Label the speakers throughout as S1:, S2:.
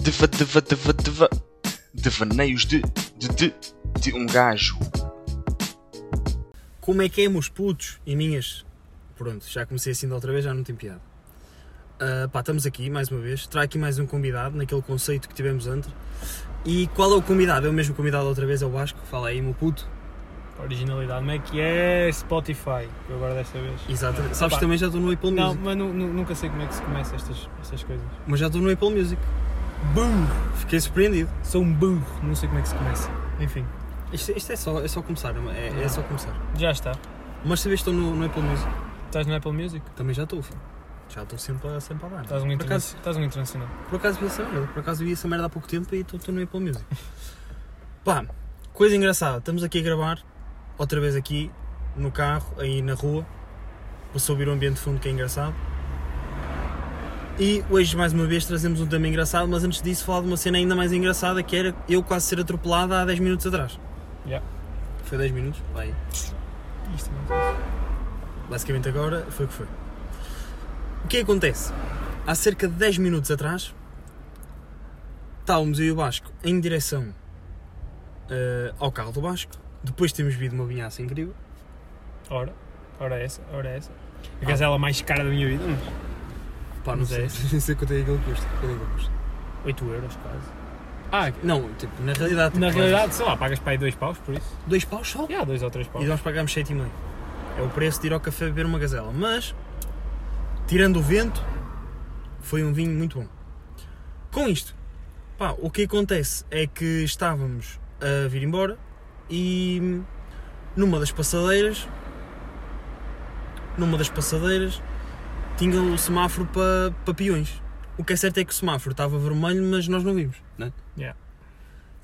S1: deva, deva, deva, deva, devaneios de, de, de, de um gajo.
S2: Como é que é, meus putos e minhas? Pronto, já comecei assim da outra vez, já não tem piada. Ah, pá, estamos aqui mais uma vez. Trago aqui mais um convidado, naquele conceito que tivemos antes. E qual é o convidado? É o mesmo convidado da outra vez, é o Vasco. Fala aí, meu puto.
S3: Originalidade, como é que é Spotify? Eu agora desta vez.
S2: Exato.
S3: Mas,
S2: Sabes
S3: pá,
S2: que também já estou no Apple
S3: Não,
S2: Music.
S3: mas nu- nu- nunca sei como é que se começa estas, estas coisas.
S2: Mas já estou no Apple Music.
S3: Burro!
S2: Fiquei surpreendido.
S3: Sou um burro, não sei como é que se começa. Enfim,
S2: Isto, isto é, só, é só começar, é, é só começar.
S3: já está.
S2: Mas sabias que estou no, no Apple Music?
S3: Estás no Apple Music?
S2: Também já estou, filho. Já estou sempre, a- sempre a dar.
S3: Estás um,
S2: por,
S3: interna...
S2: acaso,
S3: estás um internacional.
S2: por acaso vi essa merda. Por acaso vi essa merda há pouco tempo e estou estou no Apple Music. Pá, coisa engraçada. Estamos aqui a gravar, outra vez aqui, no carro, aí na rua. Vou subir o ambiente de fundo que é engraçado. E hoje, mais uma vez, trazemos um tema engraçado, mas antes disso, falar de uma cena ainda mais engraçada que era eu quase ser atropelada há 10 minutos atrás.
S3: Yeah.
S2: Foi 10 minutos? Vai.
S3: Isto não sei.
S2: Basicamente agora foi o que foi. O que acontece? Há cerca de 10 minutos atrás estávamos eu e o Vasco em direção eh, ao carro do Vasco. Depois temos vindo uma vinhaça incrível.
S3: Ora, ora essa, ora essa. A gazela mais cara da minha vida, mas
S2: Pá, não
S3: Mas
S2: sei,
S3: é
S2: não sei quanto é que ele custa. quanto é que ele custa.
S3: 8 euros quase. Ah,
S2: Não, tipo, na realidade. tipo,
S3: na realidade, sei lá, pagas para aí 2 paus por isso.
S2: Dois paus só.
S3: Já, yeah, 2 ou 3 paus.
S2: E nós pagámos 7,5. É o preço de ir ao café beber uma gazela. Mas, tirando o vento, foi um vinho muito bom. Com isto, pá, o que acontece é que estávamos a vir embora e numa das passadeiras, numa das passadeiras, tinha o semáforo para pa peões. O que é certo é que o semáforo estava vermelho, mas nós não vimos. Não é?
S3: Yeah.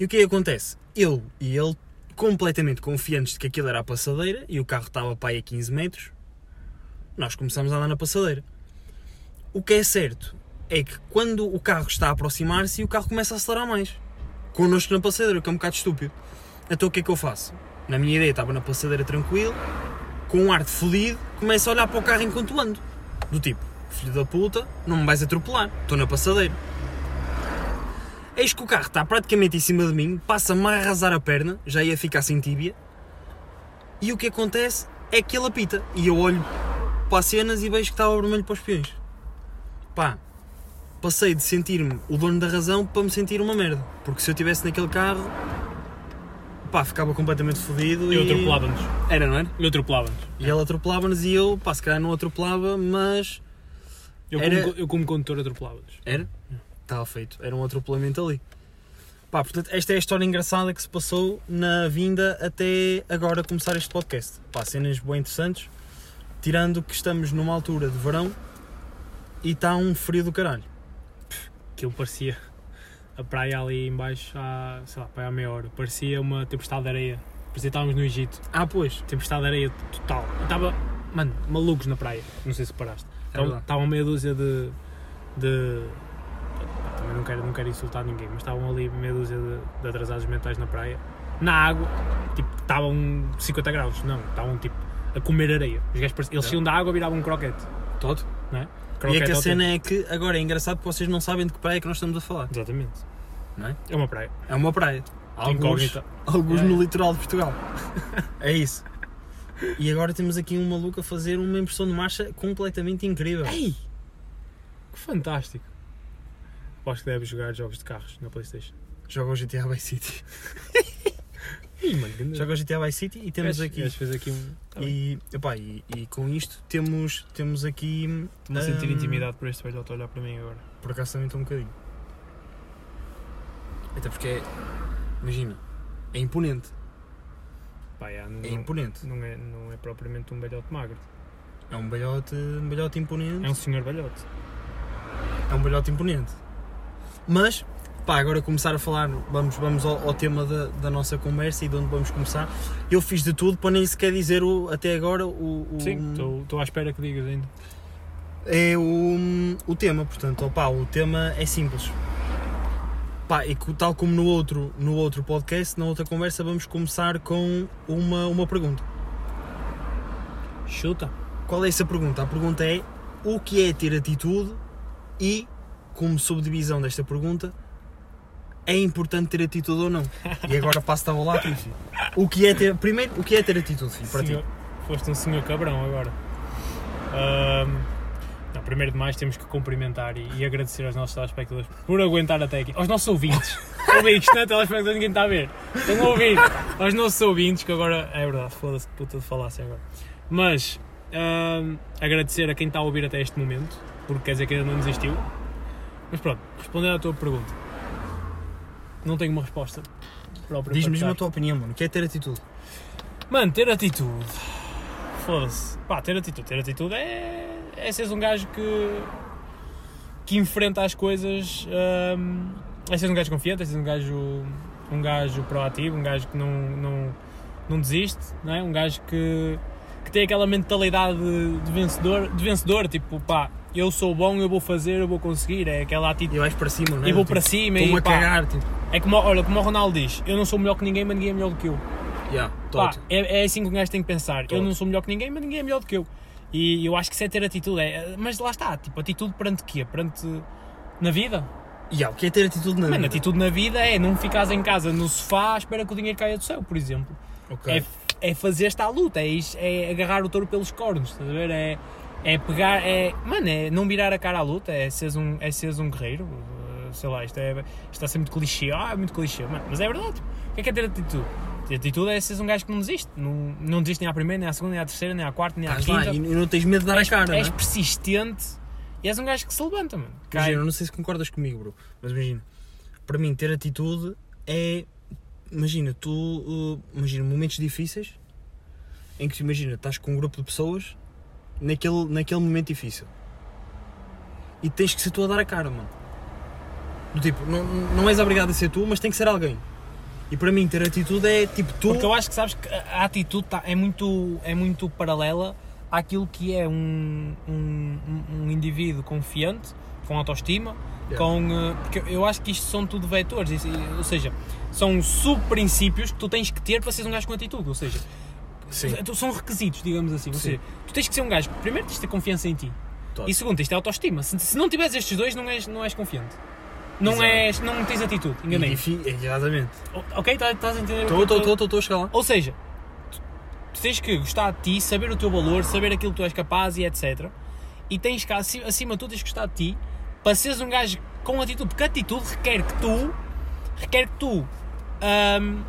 S2: E o que é que acontece? Eu e ele, completamente confiantes de que aquilo era a passadeira e o carro estava para aí a 15 metros, nós começamos a andar na passadeira. O que é certo é que quando o carro está a aproximar-se, o carro começa a acelerar mais. Connosco na passadeira, o que é um bocado estúpido. Então o que é que eu faço? Na minha ideia, estava na passadeira tranquilo, com um ar de fodido, começo a olhar para o carro enquanto ando. Do tipo, filho da puta, não me vais atropelar, estou na passadeira. Eis que o carro está praticamente em cima de mim, passa-me a arrasar a perna, já ia ficar sem tíbia. E o que acontece é que ele apita. E eu olho para as cenas e vejo que estava vermelho para os peões. Pá, passei de sentir-me o dono da razão para me sentir uma merda. Porque se eu estivesse naquele carro, pá, ficava completamente fodido
S3: Eu
S2: e.
S3: atropelava-nos.
S2: Era, não era?
S3: Eu atropelava-nos.
S2: E ele atropelava-nos e eu, pá, se calhar não atropelava, mas.
S3: Eu,
S2: Era-
S3: como, eu como condutor atropelava-nos.
S2: Era? Estava feito, era um atropelamento ali. Pá, portanto, esta é a história engraçada que se passou na vinda até agora começar este podcast. Pá, cenas bem interessantes, tirando que estamos numa altura de verão e está um frio do caralho.
S3: Aquilo parecia a praia ali embaixo há, sei lá, para aí há meia hora. Parecia uma tempestade de areia. Parecia que estávamos no Egito.
S2: Ah, pois,
S3: Tempestade de areia total. Eu Estava, mano, malucos na praia. Não sei se paraste. Estavam
S2: É verdade.
S3: estavam meia dúzia de. de pá, também não quero, não quero insultar ninguém, mas estavam ali meia dúzia de, de atrasados mentais na praia. Na água, tipo, estavam 50 graus. Não, estavam tipo a comer areia. Os gajos pareciam- eles
S2: É.
S3: saíam da água e viravam um croquete.
S2: todo.
S3: Não é?
S2: E é que
S3: ao
S2: a
S3: tempo.
S2: cena é que agora é engraçado que vocês não sabem de que praia é que nós estamos a falar.
S3: Exatamente.
S2: Não é?
S3: É uma praia.
S2: É uma praia. Alguns,
S3: Incógnita.
S2: alguns
S3: É.
S2: no litoral de Portugal. É isso. E agora temos aqui um maluco a fazer uma impressão de marcha completamente incrível.
S3: Ei! Que fantástico! Aposto que deves jogar jogos de carros na Playstation.
S2: Joga o GTA Vice City.
S3: Ih, mano, que
S2: Joga o GTA Vice City e temos aqui.
S3: Deves fazer aqui um.
S2: E, epá, e, e com isto temos, temos aqui.
S3: Estou a sentir
S2: hum,
S3: intimidade por este velhote a olhar para mim agora.
S2: Por acaso também estou um bocadinho. Até porque é. Imagina, é imponente.
S3: Pá, já, não,
S2: É imponente.
S3: não é, não é propriamente um velhote magro.
S2: É um balhote, um balhote imponente.
S3: É um senhor velhote.
S2: É um balhote imponente. Mas, pá, agora começar a falar, vamos, vamos ao, ao tema da, da nossa conversa e de onde vamos começar. Eu fiz de tudo para nem sequer dizer o, até agora o. o-
S3: Sim, então. estou estou à espera que digas ainda.
S2: É o, o tema, portanto, opá, o tema é simples. Pá, e co- tal como no outro, no outro podcast, na outra conversa, vamos começar com uma, uma pergunta.
S3: Chuta!
S2: Qual é essa pergunta? A pergunta é o que é ter atitude e, como subdivisão desta pergunta, é importante ter atitude ou não. E agora passo-te a bola a ti, filho. O que é ter, primeiro, o que é ter atitude, filho, para
S3: Senhor-
S2: ti?
S3: Foste um senhor cabrão agora. Ahm, não, primeiro de mais, temos que cumprimentar e, e agradecer aos nossos telespectadores por aguentar até aqui. Aos nossos ouvintes. Ouvi isto, não é telespectador, ninguém está a ver. Estão a ouvir. Aos nossos ouvintes, que agora. É verdade, foda-se, que puta de falácia agora. Mas, ahm, agradecer a quem está a ouvir até este momento, porque quer dizer que ainda não desistiu. Mas pronto, respondendo à tua pergunta, não tenho uma resposta própria. para
S2: Diz-me
S3: te
S2: mesmo
S3: dar.
S2: a tua opinião, mano. O que é ter atitude?
S3: Mano, ter atitude. Foda-se. Pá, ter atitude. Ter atitude é. É seres um gajo que. que enfrenta as coisas. hum, é seres um gajo confiante, é seres um gajo. um gajo proativo, um gajo que não. não, não desiste, não é? Um gajo que. que tem aquela mentalidade de, de vencedor, de vencedor, tipo, pá, eu sou bom, eu vou fazer, eu vou conseguir. É aquela
S2: E
S3: atitude.
S2: vais para cima, não é?
S3: E vou
S2: Tipo,
S3: para cima
S2: Estou-me
S3: e.
S2: a
S3: pá,
S2: cagar, tipo.
S3: é como, olha, como o Ronaldo diz, eu não sou melhor que ninguém, mas ninguém é melhor do que eu.
S2: Yeah, tô
S3: Pá,
S2: ótimo.
S3: é, é assim que um gajo tem que pensar. Eu não sou melhor que ninguém, mas ninguém é melhor do que eu. E eu acho que isso é ter atitude. É, mas lá está, tipo, atitude perante quê? Perante. Na vida?
S2: Yeah, o que é ter atitude na
S3: Mano,
S2: vida?
S3: atitude na vida é não ficares em casa no sofá à espera que o dinheiro caia do céu, por exemplo.
S2: Ok.
S3: É, é fazer esta luta, é, is- é agarrar o touro pelos cornos, estás a ver? É, é pegar, é. Mano, é não virar a cara à luta, é seres um, é seres um guerreiro. uh, Sei lá, isto, é, isto está a ser muito clichê. Ah, é muito clichê, mano, mas é verdade. tipo, O que é que é ter atitude? Ter atitude é seres um gajo que não desiste. Não, não desiste nem à primeira, nem à segunda, nem à terceira, nem à quarta, nem à
S2: Estás
S3: quinta.
S2: lá e e não tens medo de dar a
S3: és,
S2: cara,
S3: és
S2: não é?
S3: persistente e és um gajo que se levanta, mano. Cai.
S2: Imagina, eu não sei se concordas comigo, bro, mas imagina, para mim ter atitude é. Imagina, tu. uh, imagina, momentos difíceis em que tu imagina, estás com um grupo de pessoas naquele, naquele momento difícil e tens que ser tu a dar a cara, mano. Do tipo, não, não és obrigado a ser tu, mas tem que ser alguém. E para mim, ter atitude é tipo tu.
S3: Porque eu acho que sabes que a a atitude tá- é, muito, é muito paralela àquilo que é um, um, um- um indivíduo confiante, com autoestima,
S2: Yeah.
S3: com. eh, Porque eu- eu acho que isto são tudo vetores, isso- ou seja, são subprincípios que tu tens que ter para seres um gajo com atitude, ou seja,
S2: Sim,
S3: tu- são requisitos, digamos assim. Ou
S2: Sim.
S3: seja, tu tens que ser um gajo, que, primeiro tens de ter confiança em ti.
S2: Total.
S3: E segundo, tens de ter autoestima. Se, se não tiveres estes dois, não és, não és confiante. Não,
S2: Exato.
S3: és, não tens atitude, enganei.
S2: Enfim, exatamente.
S3: Ok? Tá- Estás a entender? o que
S2: Estou,
S3: eu tô-
S2: estou, estou a chegar lá.
S3: ou seja, tu- tu tens que gostar de ti, saber o teu valor, saber aquilo que tu és capaz e etc. E tens que, aci- acima de tudo, tens que gostar de ti para seres um gajo com atitude, porque atitude requer que tu, requer que tu, hum,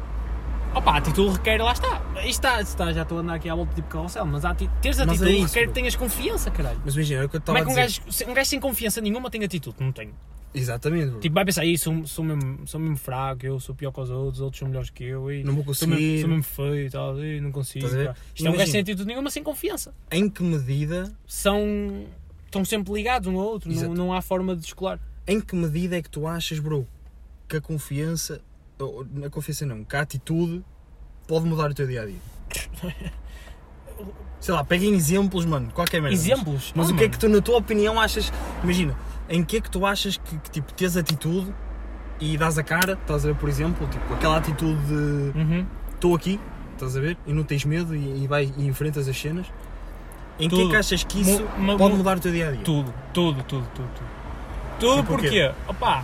S3: opa, a atitude requer, lá está, Isto está, isto está já estou a andar aqui à volta tipo carrossel, mas a ati- teres
S2: Mas é
S3: atitude
S2: isso,
S3: requer
S2: bro.
S3: que tenhas confiança, caralho.
S2: Mas imagina, era o que eu estava
S3: Como é
S2: a
S3: que um
S2: dizer.
S3: gajo, se- um gajo sem confiança nenhuma tem atitude? Não tenho.
S2: Exatamente, bro.
S3: Tipo, vai pensar, "Ih, sou, sou, mesmo, sou mesmo fraco, eu sou pior que os outros, os outros são melhores que eu, e
S2: Não vou
S3: sou, mesmo,
S2: conseguir.
S3: sou mesmo feio e tal, e não consigo.
S2: Estás a ver?
S3: pá." Isto é um gajo
S2: Imagina.
S3: sem atitude nenhuma, sem confiança.
S2: em que medida
S3: São, estão sempre ligados um ao outro, não,
S2: Exato.
S3: não há forma de descolar.
S2: em que medida é que tu achas bro que a confiança ou, na confiança não que a atitude pode mudar o teu dia a dia sei lá peguem exemplos mano qualquer merda
S3: Exemplos?
S2: mas, mas
S3: Ah,
S2: o que é
S3: mano.
S2: que tu na tua opinião achas imagina em que é que tu achas que, que, tipo tens atitude e dás a cara estás a ver por exemplo tipo aquela atitude de
S3: Uhum.
S2: estou aqui estás a ver e não tens medo e, e vai e enfrentas as cenas em que é
S3: Tudo.
S2: que achas que isso
S3: Mu- mu-
S2: pode
S3: mu-
S2: mudar o teu dia a dia
S3: Tudo, tudo, tudo, tudo. Tudo, tudo
S2: E porquê?
S3: porque, opá,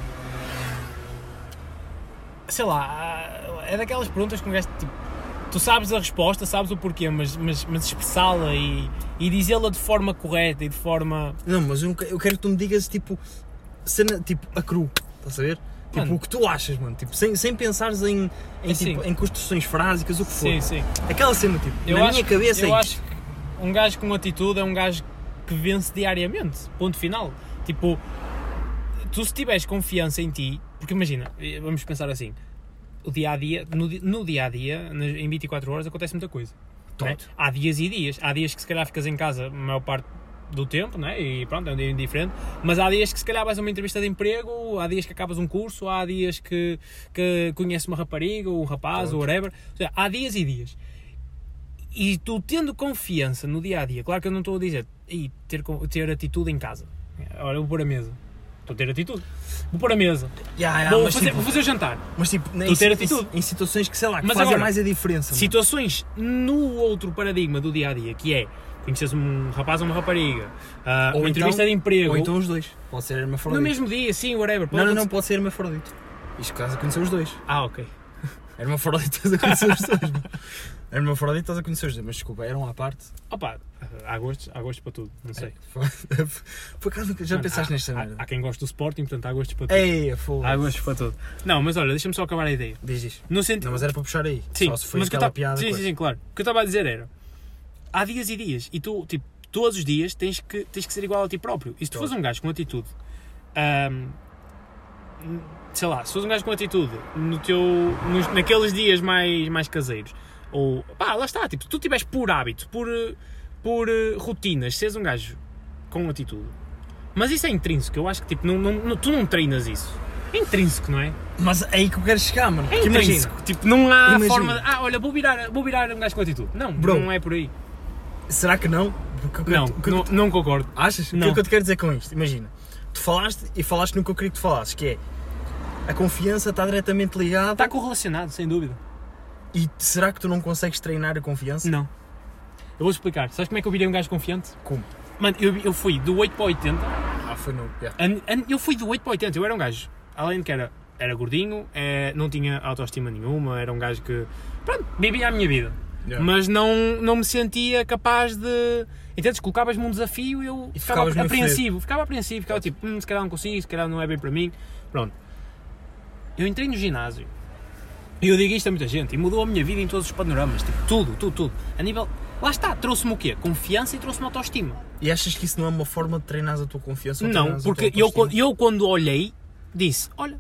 S3: sei lá, é daquelas perguntas que um gajo, tipo, tu sabes a resposta, sabes o porquê, mas, mas, mas expressá-la e, e dizê-la de forma correta e de forma...
S2: Não, mas eu, não que- eu quero que tu me digas, tipo, cena, tipo, a cru, estás a ver? Tipo,
S3: Mano.
S2: o que tu achas, mano, tipo, sem, sem pensares em, em,
S3: Assim.
S2: tipo, em construções frásicas, o que for.
S3: Sim, sim.
S2: Aquela cena, tipo,
S3: Eu
S2: na
S3: acho-
S2: minha cabeça
S3: eu
S2: é
S3: acho que um gajo com atitude é um gajo que vence diariamente. Ponto final. Tipo, tu se tiveres confiança em ti, porque imagina, eh, vamos pensar assim, o dia a dia, no, di- no dia a dia, nas- em 24 horas acontece muita coisa. não é?
S2: Tonto.
S3: Há dias e dias. Há dias que se calhar ficas em casa a maior parte do tempo, né? e pronto, é um dia indiferente, mas há dias que se calhar vais a uma entrevista de emprego, há dias que acabas um curso, há dias que, que conheces uma rapariga, ou um rapaz, ou whatever, Ou seja, há dias e dias e tu tendo confiança no dia a dia, claro que eu não estou a dizer e ter, con- ter atitude em casa. Olha, eu vou pôr a mesa. Estou a ter atitude. Vou pôr a mesa.
S2: Ya, ya,
S3: vou,
S2: mas,
S3: fazer,
S2: tipo,
S3: vou fazer o jantar.
S2: mas, tipo, em,
S3: tu ter
S2: situ-
S3: atitude.
S2: em situações que, sei lá, que
S3: Mas
S2: fazem
S3: agora,
S2: mais a diferença, mano.
S3: Situações no outro paradigma do dia a dia, que é conheces um rapaz ou uma rapariga, ah, uma entrevista de emprego,
S2: Ou então os dois. Pode ser
S3: no
S2: hermafrodito.
S3: mesmo dia, sim, whatever.
S2: Não, não,
S3: acontecer-
S2: não, pode ser hermafrodito. Isto quase aconteceu os dois.
S3: Ah, ok.
S2: Era uma Afrodite a conhecer os dois. não? Era uma Afrodite a conhecer os dois, mas desculpa, eram à parte.
S3: Opa, há gostos, há gostos para tudo, não sei. É.
S2: Por acaso nunca- já
S3: Mano,
S2: pensaste
S3: há-
S2: nesta
S3: há-
S2: merda?
S3: Há quem gosta do Sporting, portanto há gostos para tudo.
S2: Ei, a foda.
S3: Há gostos para Ah, tudo. É. Não, mas olha, deixa-me só acabar a ideia.
S2: Diz isto.
S3: No sentido.
S2: Não, mas era para puxar aí.
S3: Sim,
S2: Só se foi
S3: mas o que eu
S2: aquela
S3: tava-
S2: piada.
S3: Sim,
S2: coisa.
S3: sim, sim, claro. O que eu estava a dizer era: há dias e dias, e tu, tipo, todos os dias tens que, tens que ser igual a ti próprio. E se tu
S2: Claro.
S3: fores um gajo com atitude, ahm, sei lá, se fores um gajo com atitude no teu, nos- naqueles dias mais, mais caseiros, ou pá, lá está, tipo, se tu tiveres por hábito, por, eh, por eh, rotinas, seres um gajo com atitude. Mas isso é intrínseco, eu acho que tipo, não, não- não- tu não treinas isso. É intrínseco, não é?
S2: Mas é aí que eu quero chegar, mano.
S3: É
S2: Que
S3: intrínseco. Tipo, não há
S2: Imagina.
S3: forma de. Ah, olha, vou virar, vou virar um gajo com atitude. Não,
S2: Bro.
S3: não é por aí.
S2: Será que não? Porque o que eu-
S3: Não,
S2: o que eu-
S3: não, não concordo.
S2: Achas? O que
S3: Não.
S2: é que eu te quero dizer com isto? Imagina, tu falaste e falaste no que eu queria que tu falasses, que é a confiança está diretamente ligada
S3: Está Tá correlacionado, sem dúvida.
S2: e será que tu não consegues treinar a confiança?
S3: Não. Eu vou explicar. Sabes como é que eu virei um gajo confiante?
S2: Como?
S3: Mano, eu, eu fui do 8 para o 80.
S2: Ah, foi no. yeah.
S3: An- an- eu fui do 8 para o 80. Eu era um gajo. Além de que era, era gordinho, eh, não tinha autoestima nenhuma, era um gajo que. Pronto, vivia a minha vida.
S2: Yeah.
S3: Mas não, não me sentia capaz de. Entendes? Colocavas-me um desafio e eu
S2: E
S3: ficava
S2: ficavas meio
S3: apreensivo. Ficava apreensivo, ficava tipo, hum, se calhar não consigo, se calhar não é bem para mim. Pronto. Eu entrei no ginásio. E eu digo isto a muita gente. E mudou a minha vida em todos os panoramas. Tipo, tudo, tudo, tudo. A nível. Lá está, trouxe-me o quê? Confiança e trouxe-me autoestima.
S2: E achas que isso não é uma forma de treinar a tua confiança? ou
S3: Não,
S2: treinares a tua
S3: porque eu,
S2: autoestima?
S3: quando- eu quando olhei, disse, olha,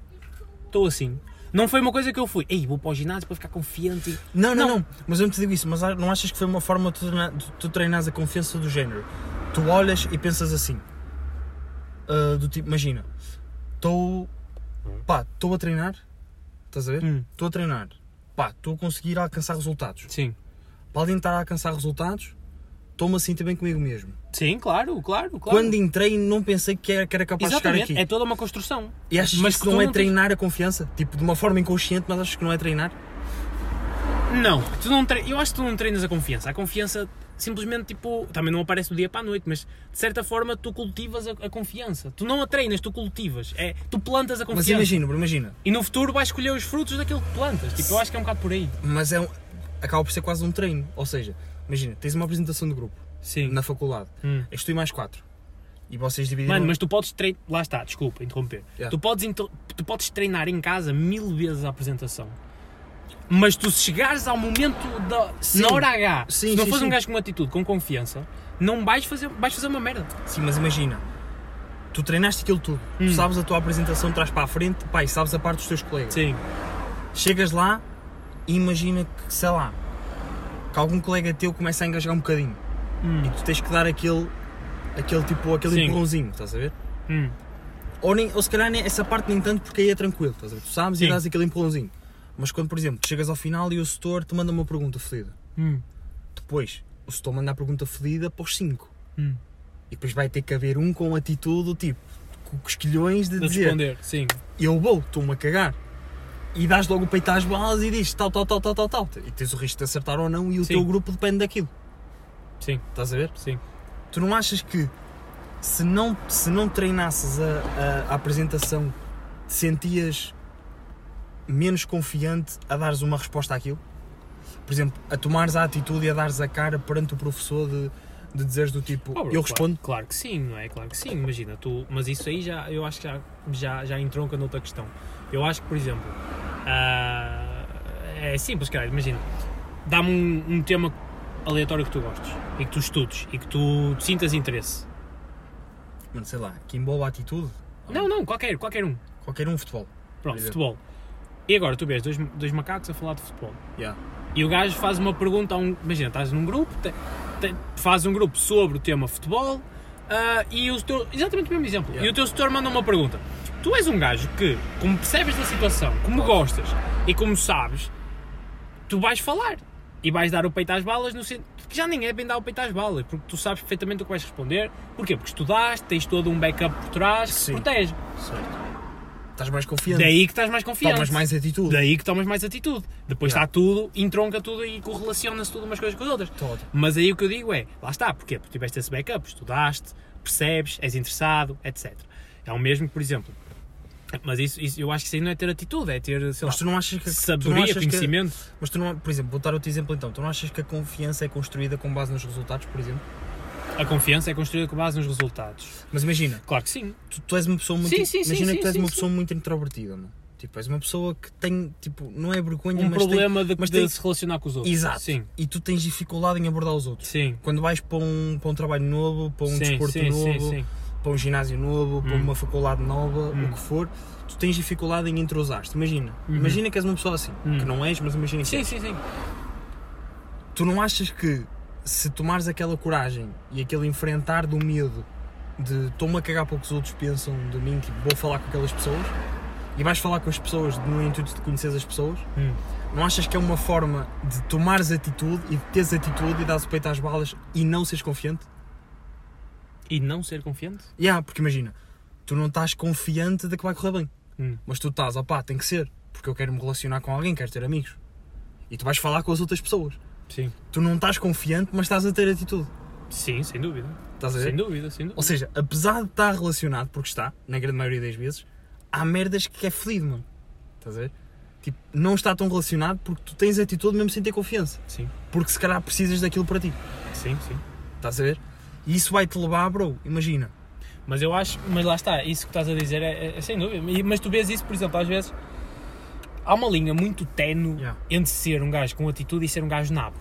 S3: estou assim. Não foi uma coisa que eu fui, ei, vou para o ginásio para ficar confiante. e-"
S2: Não, não,
S3: Não.
S2: não, Mas eu não te digo isso, mas ah, não achas que foi uma forma de tu, treinar, de tu treinares a confiança do género? Tu olhas e pensas assim. ah, do tipo, imagina, estou. pá, estou a treinar, estás a ver?
S3: Hum.
S2: Estou a treinar, pá, estou a conseguir alcançar resultados.
S3: Sim.
S2: Para além de estar a alcançar resultados, estou-me a sentir bem comigo mesmo.
S3: Sim, claro, claro, claro.
S2: Quando entrei, não pensei que era, que era capaz de
S3: Exatamente,
S2: chegar
S3: é
S2: aqui.
S3: toda uma construção.
S2: E achas
S3: mas
S2: que isso
S3: tu
S2: não é
S3: não tens-
S2: treinar a confiança? Tipo, de uma forma inconsciente, mas achas que não é treinar?
S3: Não, tu não tre... eu acho que tu não treinas a confiança. A confiança simplesmente, tipo, também não aparece do dia para a noite, mas de certa forma tu cultivas a, a confiança. Tu não a treinas, tu cultivas. É, tu plantas a
S2: Mas
S3: confiança.
S2: imagina, Bruno, imagina.
S3: E no futuro vais colher os frutos daquilo que plantas. Tipo, eu acho que é um bocado por aí.
S2: mas é um, acaba por ser quase um treino. Ou seja, imagina, tens uma apresentação de grupo
S3: Sim.
S2: na faculdade,
S3: Hum.
S2: és tu e mais quatro. E vocês dividiram.
S3: Mano, mas tu podes treinar. Lá está, desculpa interromper.
S2: um- Yeah.
S3: Tu, podes inter- tu podes treinar em casa mil vezes a apresentação. Mas tu se chegares ao momento da.
S2: Sim.
S3: Na hora H,
S2: Sim,
S3: se não
S2: sim,
S3: fores um
S2: sim.
S3: gajo com atitude, com confiança, não vais fazer, vais fazer uma merda.
S2: Sim, mas imagina, tu treinaste aquilo tudo,
S3: Hum.
S2: tu sabes a tua apresentação, traz para a frente, pá, e sabes a parte dos teus colegas.
S3: Sim.
S2: Chegas lá e imagina que, sei lá, que algum colega teu começa a engasgar um bocadinho.
S3: Hum,
S2: E tu tens que dar aquele, aquele tipo, aquele
S3: Sim.
S2: empurrãozinho, estás a ver?
S3: hum,
S2: Ou, nem, ou se calhar nem, essa parte nem tanto porque aí é tranquilo, estás a ver? Tu sabes e
S3: Sim.
S2: dás aquele empurrãozinho. Mas quando, por exemplo, chegas ao final e o setor te manda uma pergunta fedida.
S3: hum.
S2: Depois, o setor manda a pergunta fedida para os 5.
S3: Hum.
S2: E depois vai ter que haver um com atitude do tipo, com cosquilhões de,
S3: De
S2: dizer
S3: responder, sim.
S2: eu vou, estou-me a cagar. E dás logo o peito às balas e dizes tal, tal, tal, tal, tal, tal. E tens o risco de acertar ou não e o
S3: Sim.
S2: teu grupo depende daquilo.
S3: Sim,
S2: Estás a ver?
S3: sim.
S2: Tu não achas que se não, se não treinasses a, a- a apresentação te sentias menos confiante a dares uma resposta àquilo? Por exemplo, a tomares a atitude e a dares a cara perante o professor de, de dizeres do tipo,
S3: Oh, bro,
S2: eu
S3: claro-
S2: respondo.
S3: Claro, que sim, não é? Claro que sim, imagina, tu, mas isso aí já, eu acho que já, já, já entronca noutra questão. Eu acho que, por exemplo, ah, é simples, cara, imagina, dá-me um, um tema aleatório que tu gostes e que tu estudes e que tu sintas interesse.
S2: Mano, sei lá, que embola a atitude,
S3: Não, não, qualquer, qualquer um.
S2: qualquer um futebol.
S3: Pronto,
S2: Exato.
S3: futebol. E agora tu vês dois, dois macacos a falar de futebol.
S2: Yeah.
S3: E o gajo faz uma pergunta a um. Imagina, estás num grupo, te- te- faz um grupo sobre o tema futebol ah, e o setor. Exatamente o mesmo exemplo.
S2: Yeah.
S3: E o teu setor manda uma pergunta. Tu és um gajo que, como percebes da situação, como gostas e como sabes, tu vais falar e vais dar o peito às balas no sentido. Que já nem é bem dar o peito às balas, porque tu sabes perfeitamente o que vais responder. Porquê? Porque estudaste, tens todo um backup por trás que te
S2: Sim.
S3: protege.
S2: Certo. Estás mais confiante,
S3: Daí que estás mais confiante.
S2: tomas mais atitude.
S3: Daí que tomas mais atitude. Depois
S2: Yeah.
S3: está tudo, entronca tudo e correlaciona-se tudo umas coisas com as outras.
S2: Todo.
S3: Mas aí o que eu digo é, lá está, porquê? Porque tiveste esse backup, estudaste, percebes, és interessado, etc. É o mesmo que, por exemplo, Mas isso, isso- eu acho que isso aí não é ter atitude, é ter, sei lá,
S2: Mas tu não achas que. tu não
S3: sabedoria,
S2: achas que- é-
S3: conhecimento.
S2: mas tu não. Por exemplo, vou dar outro exemplo então. Tu não achas que a confiança é construída com base nos resultados, por exemplo?
S3: A confiança é construída com base nos resultados.
S2: Mas imagina,
S3: Claro que sim.
S2: tu, tu és uma pessoa muito.
S3: Sim, sim, sim,
S2: imagina
S3: sim,
S2: que tu és
S3: sim,
S2: uma
S3: sim.
S2: pessoa muito introvertida, mano. Tipo, és uma pessoa que tem. Tipo, não é vergonha,
S3: Um
S2: mas.
S3: problema de,
S2: mas
S3: de
S2: tem-
S3: se relacionar com os
S2: Tem...
S3: outros.
S2: Exato.
S3: Sim,
S2: E tu tens dificuldade em abordar os outros.
S3: sim.
S2: Quando vais para um, para um trabalho novo, para um
S3: sim,
S2: desporto
S3: sim,
S2: novo,
S3: sim, sim.
S2: para um ginásio novo, para
S3: Hum.
S2: uma faculdade nova,
S3: Hum.
S2: o que for, tu tens dificuldade em entrosar-te. Imagina,
S3: Uhum.
S2: imagina que és uma pessoa assim,
S3: Hum.
S2: que não és, mas imagina que
S3: Sim,
S2: és.
S3: sim, sim.
S2: Tu não achas que se tomares aquela coragem e aquele enfrentar do medo de estou-me a cagar para o que os outros pensam de mim, tipo, vou falar com aquelas pessoas e vais falar com as pessoas no intuito de conhecer as pessoas,
S3: Hum.
S2: não achas que é uma forma de tomares atitude e de teres atitude e dares o peito às balas e não seres confiante?
S3: E não ser confiante?
S2: Yeah, porque imagina, tu não estás confiante de que vai correr bem.
S3: Hum.
S2: Mas tu estás, opá, tem que ser, porque eu quero me relacionar com alguém, quero ter amigos. E tu vais falar com as outras pessoas.
S3: Sim.
S2: Tu não estás confiante, mas estás a ter atitude.
S3: Sim, sem dúvida.
S2: Estás a ver?
S3: Sem dúvida, sem dúvida.
S2: Ou seja, apesar de estar relacionado, porque está, na grande maioria das vezes, há merdas que é fedido, mano. Estás a ver? Tipo, não está tão relacionado porque tu tens atitude mesmo sem ter confiança.
S3: Sim,
S2: Porque se calhar precisas daquilo para ti.
S3: sim, sim.
S2: Estás a ver? E isso vai-te levar, bro, imagina.
S3: Mas eu acho, mas lá está, isso que estás a dizer é, é- é sem dúvida. E- Mas tu vês isso, por exemplo, às vezes há uma linha muito tenue
S2: Yeah.
S3: entre ser um gajo com atitude e ser um gajo nabo.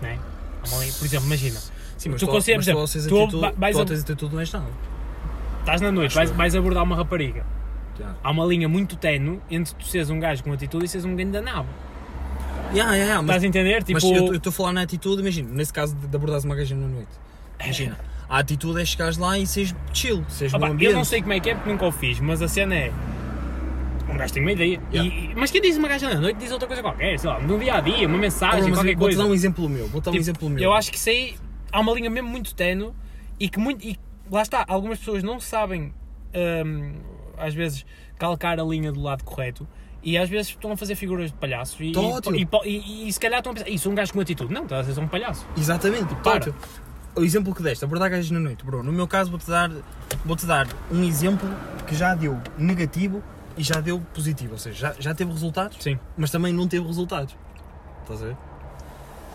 S3: Não é? Há uma linha- por exemplo, imagina,
S2: Sim, mas
S3: Tu
S2: tu,
S3: consegues,
S2: mas tu,
S3: por
S2: ao teres
S3: exemplo, tu
S2: atitude,
S3: ba- vais
S2: tu ao
S3: a-
S2: teres atitude não és nada.
S3: estás na noite,
S2: Acho
S3: vais,
S2: eu.
S3: vais abordar uma rapariga.
S2: Yeah.
S3: Há uma linha muito tenue entre tu seres um gajo com atitude e seres um grande nabo.
S2: Yeah, yeah, yeah, mas,
S3: Estás a entender? Tipo,
S2: mas eu eu estou a falar na atitude, imagina, nesse caso de, de abordares uma gaja na noite.
S3: É.
S2: Imagina, a atitude é chegares lá e seres chill, seres
S3: Ah
S2: no
S3: pá,
S2: ambiente.
S3: eu não sei como é que é porque nunca o fiz, mas a cena é. Um gajo tem uma ideia. E-
S2: Yeah.
S3: e- mas quem diz uma gaja na noite diz outra coisa qualquer, sei lá, no dia a dia, uma
S2: Ah,
S3: mensagem,
S2: mas eu
S3: qualquer
S2: Vou-te
S3: coisa.
S2: dar um exemplo meu, vou dar um
S3: Tipo,
S2: exemplo meu.
S3: Eu acho que isso aí há uma linha mesmo muito tenue e que muito. E lá está, algumas pessoas não sabem hum, às vezes calcar a linha do lado correto. E às vezes estão a fazer figuras de palhaços e,
S2: Tô, tio.
S3: e, e- e- e se calhar estão a pensar, isso é um gajo com atitude. Não, estás a ser um palhaço.
S2: Exatamente, tipo,
S3: Para.
S2: pronto. O exemplo que deste, abordar gajas na noite, bro. No meu caso, vou-te dar, vou -te dar um exemplo que já deu negativo e já deu positivo. Ou seja, já, já teve resultados,
S3: Sim.
S2: mas também não teve resultados. Estás a ver?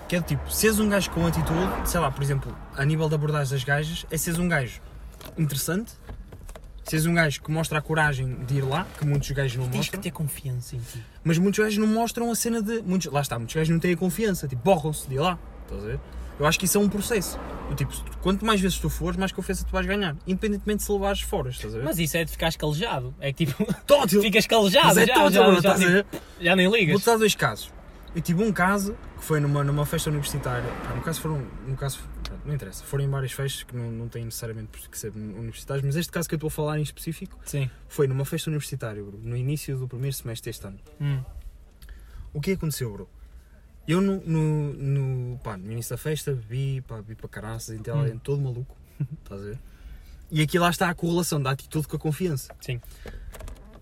S2: Que é do tipo, seres um gajo com atitude, sei lá, por exemplo, a nível de abordagem das gajas, é seres um gajo interessante, seres um gajo que mostra a coragem de ir lá, que muitos gajos não
S3: Tens que
S2: mostram,
S3: ter confiança em ti.
S2: mas muitos gajos não mostram a cena de. Muitos, lá está, muitos gajos não têm a confiança, tipo, borram-se de ir lá, estás a ver? Eu acho que isso é um processo. Eu, tipo, se tu- quanto mais vezes tu fores, mais confiança tu vais ganhar, independentemente se levares fora, estás a ver?
S3: Mas isso é de ficares calejado. É que tipo.
S2: Tótil!
S3: ficas calejado.
S2: Mas é
S3: já,
S2: tótil,
S3: já,
S2: bro,
S3: já,
S2: estás a
S3: tipo,
S2: ver?
S3: já nem ligas.
S2: Vou-te dar dois casos. Eu tive um caso que foi numa, numa festa universitária. Pá, no caso foram. No caso, pronto, não interessa. Foram em várias festas que não, não têm necessariamente por que ser universitárias, mas este caso que eu estou a falar em específico
S3: Sim.
S2: foi numa festa universitária, bro, no início do primeiro semestre deste ano.
S3: Hum.
S2: O que aconteceu, bro? Eu no, no, no, pá, no início da festa vi, pá, vi para caraças, inteligente,
S3: Hum.
S2: todo maluco, estás a ver? E aqui lá está a correlação da atitude com a confiança.
S3: Sim.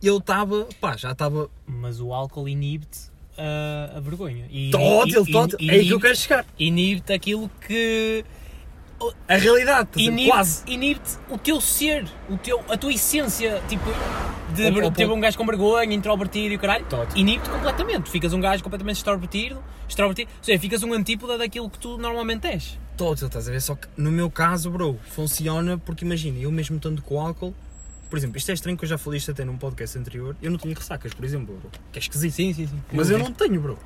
S2: Eu estava, pá, já estava
S3: Mas o álcool inibe-te ah, a, a vergonha. E-
S2: tótil,
S3: e- e-
S2: tótil, é aí que eu
S3: inibe-
S2: quero chegar.
S3: Inibe-te aquilo que.
S2: A realidade, estás a ver?
S3: Inibe,
S2: quase.
S3: Inibe-te o teu ser, o teu, a tua essência. Tipo, de
S2: Ao-
S3: ver-
S2: ao
S3: ter
S2: ponto-
S3: um gajo com vergonha, introvertido e o caralho.
S2: Tótil.
S3: Inibe-te completamente. Tu ficas um gajo completamente extrovertido, extrovertido. Ou seja, ficas um antípoda daquilo que tu normalmente és.
S2: Tótil, estás a ver? Só que no meu caso, bro, funciona porque imagina, eu mesmo tanto com álcool, por exemplo, isto é estranho que eu já falei isto até num podcast anterior, eu não tinha ressacas, por exemplo, bro, que é esquisito.
S3: Sim, sim, sim.
S2: Mas eu não tenho, bro.